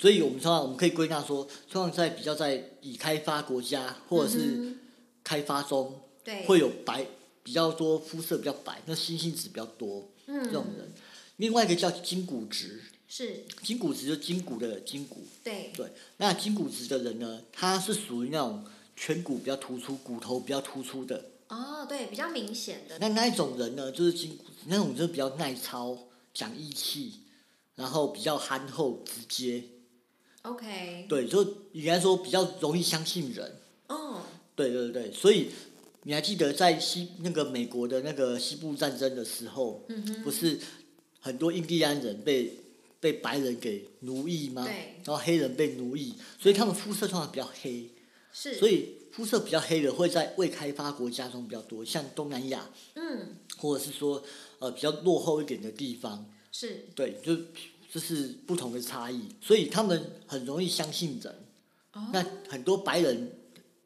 Speaker 1: 所以我们通常我们可以归纳说，通常在比较在已开发国家或者是
Speaker 2: 嗯
Speaker 1: 开发中，
Speaker 2: 哼对，
Speaker 1: 会有白比较多肤色比较白，那心性质比较多这种
Speaker 2: 嗯，
Speaker 1: 人。另外一个叫筋骨质，
Speaker 2: 是，
Speaker 1: 筋骨质就筋骨的筋骨，
Speaker 2: 对，
Speaker 1: 对。那筋骨质的人呢，他是属于那种颧骨比较突出、骨头比较突出的。
Speaker 2: 哦，对，比较明显的，
Speaker 1: 那那一种人呢，就是筋骨质那种就是比较耐操、讲义气，然后比较憨厚、直接，
Speaker 2: ，OK，
Speaker 1: 对，就应该说比较容易相信人。
Speaker 2: 哦，
Speaker 1: 对对对，所以你还记得在西那个美国的那个西部战争的时候，
Speaker 2: 嗯哼，
Speaker 1: 不是很多印第安人被被白人给奴役嘛，
Speaker 2: 对
Speaker 1: 然后黑人被奴役，所以他们肤色通常比较黑，
Speaker 2: 是，
Speaker 1: 所以肤色比较黑的会在未开发国家中比较多，像东南亚
Speaker 2: 嗯，
Speaker 1: 或者是说呃比较落后一点的地方，
Speaker 2: 是
Speaker 1: 对，就这是不同的差异，所以他们很容易相信人。
Speaker 2: 哦
Speaker 1: 那很多白人，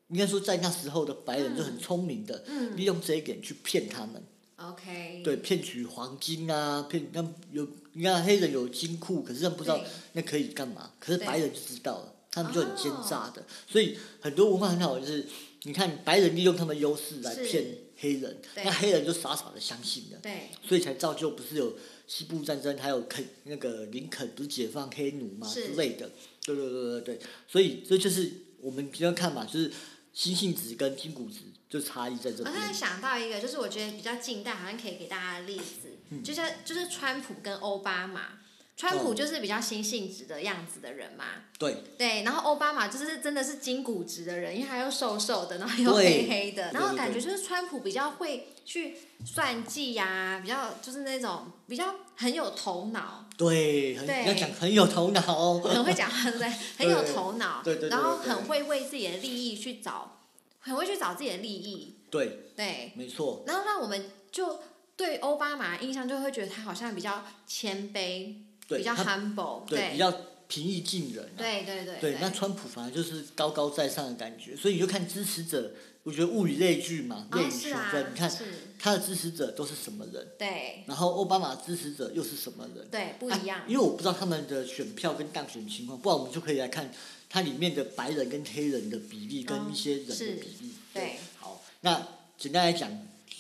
Speaker 1: 应该说在那时候的白人就很聪明的，
Speaker 2: 嗯
Speaker 1: 利用这一点去骗他们，
Speaker 2: ，OK，
Speaker 1: 对，骗取黄金啊，骗他们有，你看黑人有金库，可是他们不知道
Speaker 2: 对
Speaker 1: 那可以干嘛，可是
Speaker 2: 对哦
Speaker 1: 白人就知道了，他们就很奸诈的，所以很多文化很好，就是你看白人利用他们优势来
Speaker 2: 是
Speaker 1: 骗黑人，
Speaker 2: 对
Speaker 1: 那黑人就傻傻的相信了。
Speaker 2: 对，
Speaker 1: 所以才造就不是有西部战争，还有肯那个林肯不是解放黑奴嘛
Speaker 2: 是
Speaker 1: 之类的，对对对对对，所以这就是我们平常看嘛，就是心性值跟筋骨值就差异在这
Speaker 2: 我
Speaker 1: 边
Speaker 2: 突。然想到一个，就是我觉得比较近代，好像可以给大家的例子，就像就是川普跟奥巴马，川普
Speaker 1: 嗯
Speaker 2: 就是比较新性质的样子的人嘛，
Speaker 1: 对，
Speaker 2: 对，然后奥巴马就是真的是筋骨质的人，因为他又瘦瘦的，然后又
Speaker 1: 对
Speaker 2: 黑黑的，
Speaker 1: 对
Speaker 2: 然后
Speaker 1: 对
Speaker 2: 感觉
Speaker 1: 对
Speaker 2: 就是川普比较会去算计呀、比较就是那种比较很有头脑，
Speaker 1: 对，很
Speaker 2: 对
Speaker 1: 要讲很有头脑 哦。
Speaker 2: 很会讲话，对不对，很有头脑，
Speaker 1: 对对对对
Speaker 2: 然后
Speaker 1: 对对
Speaker 2: 很会为自己的利益去找，很会去找自己的利益，
Speaker 1: 对，
Speaker 2: 对，
Speaker 1: 没错，
Speaker 2: 然后让我们就对奥巴马的印象就会觉得他好像比较谦卑，
Speaker 1: 对，
Speaker 2: 比较
Speaker 1: 他
Speaker 2: humble，
Speaker 1: 对比
Speaker 2: 对，
Speaker 1: 较平易近人、啊。
Speaker 2: 对对对
Speaker 1: 对，那川普反而就是高高在上的感觉，所以你就看支持者，我觉得物以类聚嘛，类
Speaker 2: 哦
Speaker 1: 以
Speaker 2: 是
Speaker 1: 群
Speaker 2: 啊
Speaker 1: 分。你看
Speaker 2: 是，
Speaker 1: 他的支持者都是什么人，
Speaker 2: 对
Speaker 1: 然后奥巴马支持者又是什么人？
Speaker 2: 对不一样
Speaker 1: 啊。因为我不知道他们的选票跟当选情况，不然我们就可以来看它里面的白人跟黑人的比例跟一些人的
Speaker 2: 哦是
Speaker 1: 比例。
Speaker 2: 对，
Speaker 1: 好，那简单来讲，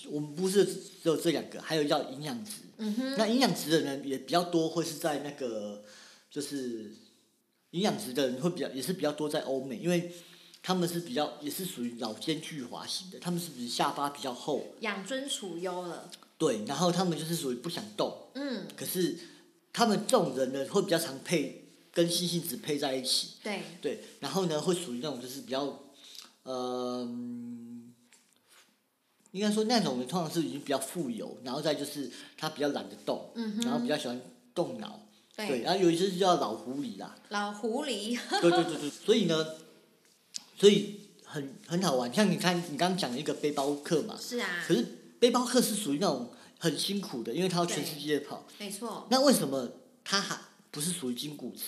Speaker 1: 我们不是只有这两个，还有叫营养值。
Speaker 2: 嗯哼，
Speaker 1: 那营养值的人也比较多，会是在那个就是营养值的人会比较也是比较多在欧美，因为他们是比较也是属于老奸巨猾型的，他们是比下巴比较厚，
Speaker 2: 养尊处优了。
Speaker 1: 对，然后他们就是属于不想动。
Speaker 2: 嗯，
Speaker 1: 可是他们这种人呢，会比较常配跟星星子配在一起，
Speaker 2: 对，
Speaker 1: 对，然后呢，会属于那种就是比较，呃，嗯应该说那种人通常是已经比较富有，然后再就是他比较懒得动，
Speaker 2: 嗯
Speaker 1: 然后
Speaker 2: 哼，
Speaker 1: 比较喜欢动脑，
Speaker 2: 对，
Speaker 1: 对，然后有一些就叫老狐狸 啦，
Speaker 2: 老狐狸，
Speaker 1: 对对对对，所以呢，所以很很好玩，像你看你刚刚讲的一个背包客嘛，
Speaker 2: 是啊
Speaker 1: 可，是背包客是属于那种很辛苦的，因为他要全世界跑。
Speaker 2: 没错，
Speaker 1: 那为什么它还不是属于筋骨质？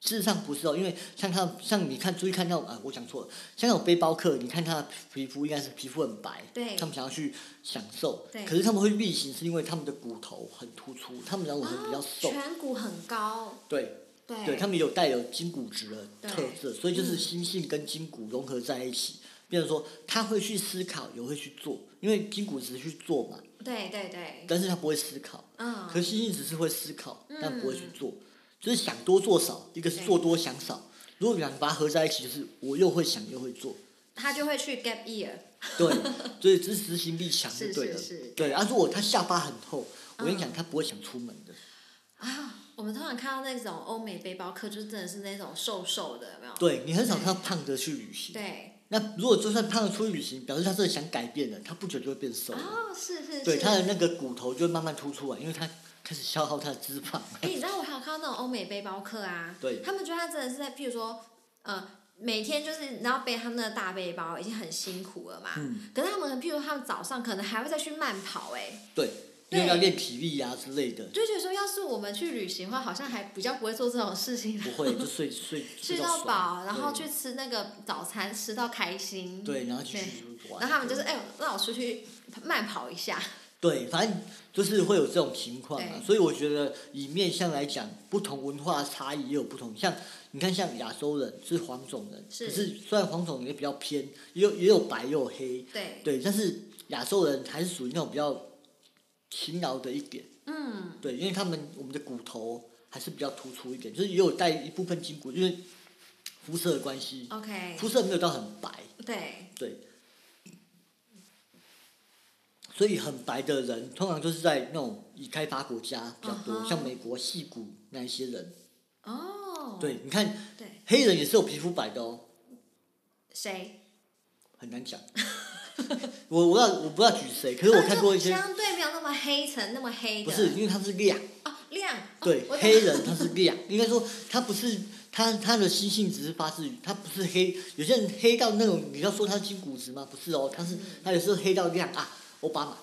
Speaker 1: 事实上不是哦，因为像他像你看注意看到啊，我讲错了，像那种背包客，你看他的皮肤应该是皮肤很白，
Speaker 2: 对
Speaker 1: 他们想要去享受
Speaker 2: 对，
Speaker 1: 可是他们会力行是因为他们的骨头很突出，他们两种人比较
Speaker 2: 啊
Speaker 1: 瘦，
Speaker 2: 颧骨很高，
Speaker 1: 对
Speaker 2: 对，
Speaker 1: 对，他们有带有筋骨质的
Speaker 2: 对
Speaker 1: 特色，所以就是
Speaker 2: 嗯
Speaker 1: 心性跟筋骨融合在一起，变成说他会去思考，也会去做，因为筋骨质去做嘛，
Speaker 2: 对对对，
Speaker 1: 但是他不会思考，
Speaker 2: 嗯，
Speaker 1: 可是星星只是会思考，但不会去
Speaker 2: 嗯
Speaker 1: 做，就是想多做少，一个是
Speaker 2: 对
Speaker 1: 做多想少。如果两个把它合在一起，就是我又会想又会做，
Speaker 2: 他就会去 gap year，
Speaker 1: 对，所以这是执行力强就是对了。
Speaker 2: 是是
Speaker 1: 对，啊，如果他下巴很厚，我跟你讲，
Speaker 2: 嗯
Speaker 1: 他不会想出门的。
Speaker 2: 啊。我们通常看到那种欧美背包客，就真的是那种瘦瘦的，有没有？
Speaker 1: 对你很少看到胖的去旅行。
Speaker 2: 对，
Speaker 1: 那如果就算胖的出去旅行，表示他真的想改变了，他不久就会变瘦了。
Speaker 2: 哦，是是是，
Speaker 1: 对，他的那个骨头就会慢慢凸出来，因为他开始消耗他的脂肪。
Speaker 2: 哎、你知道我还有看到那种欧美背包客啊，
Speaker 1: 对
Speaker 2: 他们觉得他真的是在，譬如说，呃，每天就是然后背他们那个大背包已经很辛苦了嘛，
Speaker 1: 嗯
Speaker 2: 可是他们譬如说他们早上可能还会再去慢跑、哎，
Speaker 1: 对，因为
Speaker 2: 对
Speaker 1: 要练体力呀、之类的。
Speaker 2: 就觉得说，要是我们去旅行的话，好像还比较不会做这种 事情，
Speaker 1: 不会，就睡睡
Speaker 2: 吃
Speaker 1: 到
Speaker 2: 到饱，
Speaker 1: 爽
Speaker 2: 然后
Speaker 1: 对
Speaker 2: 去吃那个早餐，吃到开心，
Speaker 1: 对，然后去玩。
Speaker 2: 然后他们就是，
Speaker 1: 对
Speaker 2: 哎、让我出去慢跑一下，
Speaker 1: 对，反正就是会有这种情况啊
Speaker 2: 对。
Speaker 1: 所以我觉得以面向来讲，不同文化差异也有不同。像你看，像亚洲人是黄种人，
Speaker 2: 是
Speaker 1: 可是虽然黄种人也比较偏，也有也有白也有黑，
Speaker 2: 对，
Speaker 1: 对，但是亚洲人还是属于那种比较勤劳的一点，
Speaker 2: 嗯，
Speaker 1: 对，因为他们我们的骨头还是比较突出一点，就是也有带一部分筋骨，因为肤色的关
Speaker 2: 哦
Speaker 1: 系，
Speaker 2: ，OK，
Speaker 1: 肤色没有到很白，
Speaker 2: 对，
Speaker 1: 对，所以很白的人通常就是在那种已开发国家比较多
Speaker 2: 嗯哼
Speaker 1: 像美国戏骨那一些人。
Speaker 2: 哦，
Speaker 1: 对，你看
Speaker 2: 对，
Speaker 1: 黑人也是有皮肤白的哦，
Speaker 2: 谁？
Speaker 1: 很难讲。 我我不知道我不知道举谁，可是我看过一些，
Speaker 2: 相对没有那么黑层那么黑的，
Speaker 1: 不是因为他们是亮，
Speaker 2: 哦，亮，哦
Speaker 1: 对，
Speaker 2: 我懂
Speaker 1: 黑人他是亮，应该说他不是他他的心性只是发自于他不是黑，有些人黑到那种你要说他筋骨直吗？不是哦，他
Speaker 2: 嗯
Speaker 1: 是他有时候黑到亮啊，奥巴马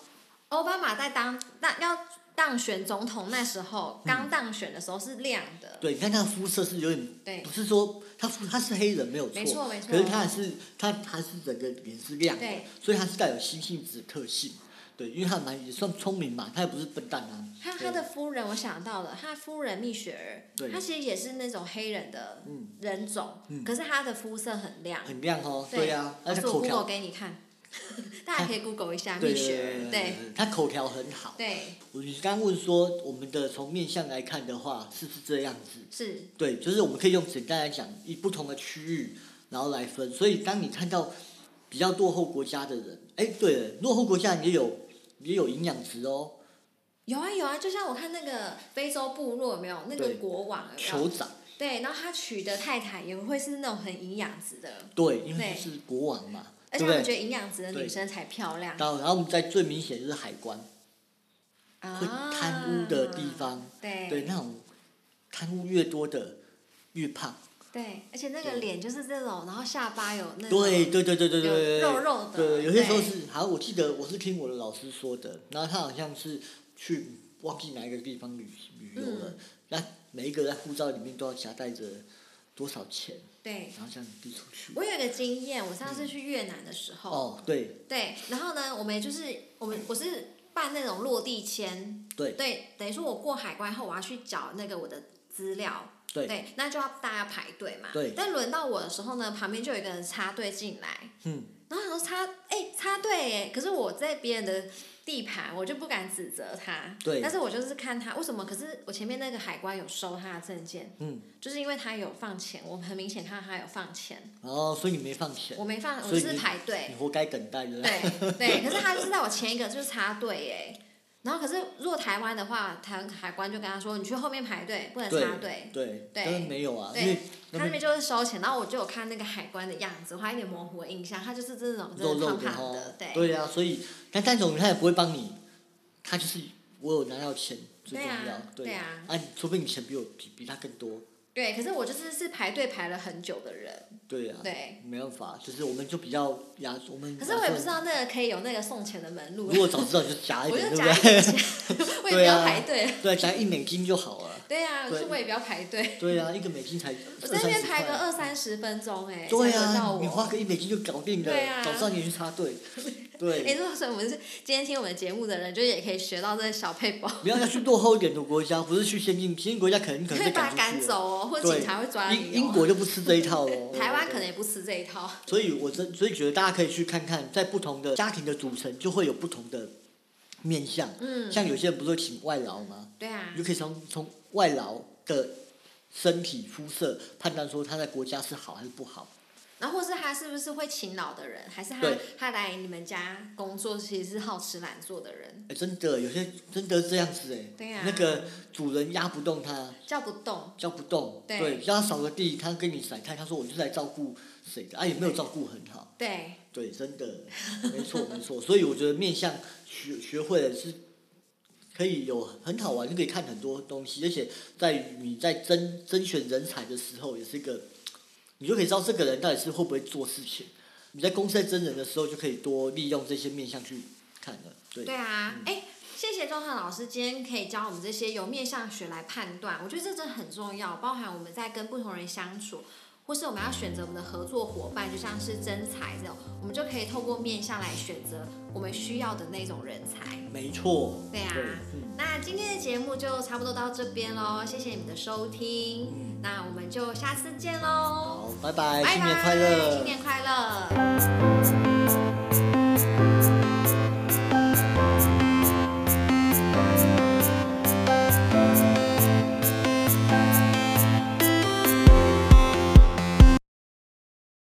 Speaker 2: 奥巴马在当那要当选总统那时候，
Speaker 1: 嗯
Speaker 2: 刚当选的时候是亮的，
Speaker 1: 对，你看他的肤色是有点，
Speaker 2: 对
Speaker 1: 不是说他肤他是黑人没有错，
Speaker 2: 没错没错
Speaker 1: 可是他还是他还是整个脸是亮的
Speaker 2: 对，
Speaker 1: 所以他是带有心性子的特性，对，因为他蛮也算聪明嘛，他也不是笨蛋啊，
Speaker 2: 还有
Speaker 1: 对
Speaker 2: 他的夫人，我想到了，他的夫人蜜雪儿，
Speaker 1: 对
Speaker 2: 她其实也是那种黑人的
Speaker 1: 嗯
Speaker 2: 人种，
Speaker 1: 嗯
Speaker 2: 可是她的肤色很亮。
Speaker 1: 很亮哦，对啊，而
Speaker 2: 我
Speaker 1: 且
Speaker 2: 做
Speaker 1: 口
Speaker 2: Google
Speaker 1: 条，
Speaker 2: 给你看， 大家可以 Google 一下
Speaker 1: 对
Speaker 2: 蜜
Speaker 1: 对
Speaker 2: 雪
Speaker 1: 对
Speaker 2: 儿，
Speaker 1: 对对
Speaker 2: 对，
Speaker 1: 他口条很好。
Speaker 2: 对
Speaker 1: 你刚问说我们的从面相来看的话，是不是这样子？
Speaker 2: 是，
Speaker 1: 对，就是我们可以用简单来讲，以不同的区域，然后来分。所以当你看到比较落后国家的人，哎，对了，落后国家也有也有营养值哦，
Speaker 2: 有啊有啊，就像我看那个非洲部落有没有那个
Speaker 1: 对
Speaker 2: 国王有没
Speaker 1: 酋
Speaker 2: 有？
Speaker 1: 长，
Speaker 2: 对，然后他娶的太太也会是那种很营养值的，
Speaker 1: 对，因为
Speaker 2: 对
Speaker 1: 就是国王嘛，
Speaker 2: 而
Speaker 1: 对
Speaker 2: 且
Speaker 1: 不
Speaker 2: 他们
Speaker 1: 对？
Speaker 2: 觉得营养值的女
Speaker 1: 对
Speaker 2: 生才漂亮
Speaker 1: 然后，然后我们在最明显就是海关
Speaker 2: 啊。
Speaker 1: 会贪污的地方，
Speaker 2: 对
Speaker 1: 对那种贪污越多的越胖，
Speaker 2: 对，而且那个
Speaker 1: 对
Speaker 2: 脸就是这种，然后下巴有那种
Speaker 1: 对对对对对对对，
Speaker 2: 嗯有肉肉的
Speaker 1: 对，有些时候
Speaker 2: 对
Speaker 1: 是，好，我记得我是听我的老师说的，然后他好像是去忘记哪一个地方旅旅游了，
Speaker 2: 嗯
Speaker 1: 那每一个在护照里面都要夹带着多少钱，
Speaker 2: 对
Speaker 1: 然后这样递出去。
Speaker 2: 我有一个经验，我上次去越南的时候，
Speaker 1: 哦，对
Speaker 2: 对，然后呢，我们也就是我们我是办那种落地签，
Speaker 1: 对
Speaker 2: 对，等于说我过海关后，我要去缴那个我的资料，
Speaker 1: 对
Speaker 2: 那就要大家排队嘛，
Speaker 1: 对
Speaker 2: 但轮到我的时候呢，旁边就有一个人插队进来，
Speaker 1: 嗯，
Speaker 2: 然后我想说插，哎、插队哎，可是我在别人的地盘，我就不敢指责他，
Speaker 1: 对
Speaker 2: 但是我就是看他为什么，可是我前面那个海关有收他的证件，
Speaker 1: 嗯，
Speaker 2: 就是因为他有放钱，我很明显看到他有放钱，
Speaker 1: 然后所以你没放钱
Speaker 2: 我，没放，我
Speaker 1: 所
Speaker 2: 就
Speaker 1: 以
Speaker 2: 是
Speaker 1: 你
Speaker 2: 排队
Speaker 1: 你。活该等待的。
Speaker 2: 对对，可是他就是在我前一个就是插队哎，然后可是如果台湾的话，台湾海关就跟他说你去后面排队，不能插队。
Speaker 1: 对，
Speaker 2: 对
Speaker 1: 当然没有啊，
Speaker 2: 对
Speaker 1: 因为
Speaker 2: 他
Speaker 1: 那
Speaker 2: 那
Speaker 1: 边
Speaker 2: 边就是收钱，然后我就有看那个海关的样子，我还有点模糊的印象，他就是这种
Speaker 1: 肉
Speaker 2: 真的
Speaker 1: 肉
Speaker 2: 胖
Speaker 1: 的
Speaker 2: 胖
Speaker 1: 哦
Speaker 2: 的，，对
Speaker 1: 对啊，所以但但总他也不会帮你，他就是我有拿到钱最重
Speaker 2: 对
Speaker 1: 要
Speaker 2: 啊，
Speaker 1: 对
Speaker 2: 对啊
Speaker 1: 啊，除非你钱比我比比他更多，
Speaker 2: 对可是我就是是排队排了很久的人，
Speaker 1: 对啊，嗯
Speaker 2: 对，
Speaker 1: 没办法，就是我们就比较压，我们
Speaker 2: 可是我也不知
Speaker 1: 亚
Speaker 2: 道那个可以有那个送钱的门
Speaker 1: 洲
Speaker 2: 路
Speaker 1: 人，如，果早知道就夹一
Speaker 2: 我
Speaker 1: 点，对不
Speaker 2: 就夹一
Speaker 1: 对？
Speaker 2: 点钱， 我也不
Speaker 1: 对啊
Speaker 2: 要排队。
Speaker 1: 对， 夹一美金就好了。
Speaker 2: 对啊，
Speaker 1: 对
Speaker 2: 就是我也不要排队，
Speaker 1: 对啊，一个美金才
Speaker 2: 我
Speaker 1: 二
Speaker 2: 在那
Speaker 1: 三
Speaker 2: 边
Speaker 1: 十
Speaker 2: 排个
Speaker 1: 块。
Speaker 2: 二三十分钟哎，
Speaker 1: 对
Speaker 2: 才轮到
Speaker 1: 啊，
Speaker 2: 我。
Speaker 1: 你花个一美金就搞定了
Speaker 2: 对，啊
Speaker 1: 早上你去插队，
Speaker 2: 哎、
Speaker 1: 对，
Speaker 2: 如果说我们是今天听我们节目的人，就也可以学到这个小配宝，
Speaker 1: 不要要去落后一点的国家，不是去先进，先进国家可能可能
Speaker 2: 会
Speaker 1: 被
Speaker 2: 把
Speaker 1: 赶
Speaker 2: 他
Speaker 1: 出
Speaker 2: 赶
Speaker 1: 去了。
Speaker 2: 走哦，或者
Speaker 1: 对，
Speaker 2: 警察会抓你、哦。。
Speaker 1: 英英国就不吃这一套喽
Speaker 2: 台湾
Speaker 1: 对
Speaker 2: 可能也不吃这一套。
Speaker 1: 所以我真所以觉得大家可以去看看，在不同的家庭的组成就会有不同的面相。
Speaker 2: 嗯，
Speaker 1: 像有些人不是会请外劳吗？
Speaker 2: 对啊
Speaker 1: 你就，可以从从外劳的身体肤色判断说他在国家是好还是不好。
Speaker 2: 然后或是他是不是会勤劳的人，还是他
Speaker 1: 对
Speaker 2: 他来你们家工作其实是好吃懒做的人，
Speaker 1: 哎、真的有些真的是这样子哎、
Speaker 2: 对啊
Speaker 1: 那个主人压不动他，
Speaker 2: 叫不动。
Speaker 1: 叫不动，
Speaker 2: 对
Speaker 1: 叫他扫个地，他跟你晒太，他说我就是来照顾谁的，啊也没有照顾很好。
Speaker 2: 对，
Speaker 1: 对，真的，没错没错。所以我觉得面向学学会了是，可以有很好玩，就可以看很多东西，而且在于你在甄甄选人才的时候，也是一个，你就可以知道这个人到底是会不会做事情。你在公司在真人的时候，就可以多利用这些面向去看了。对，嗯
Speaker 2: 对啊，哎、谢谢钟汉老师今天可以教我们这些由面向学来判断，我觉得这真的很重要，包含我们在跟不同人相处，或是我们要选择我们的合作伙伴，就像是真才这种，我们就可以透过面向来选择我们需要的那种人才。
Speaker 1: 没错。
Speaker 2: 对啊
Speaker 1: 对，嗯，
Speaker 2: 那今天的节目就差不多到这边喽，谢谢你们的收听，那我们就下次见喽，
Speaker 1: 嗯好，拜拜，
Speaker 2: 拜
Speaker 1: 新年
Speaker 2: 拜，
Speaker 1: 快乐，
Speaker 2: 新年快乐。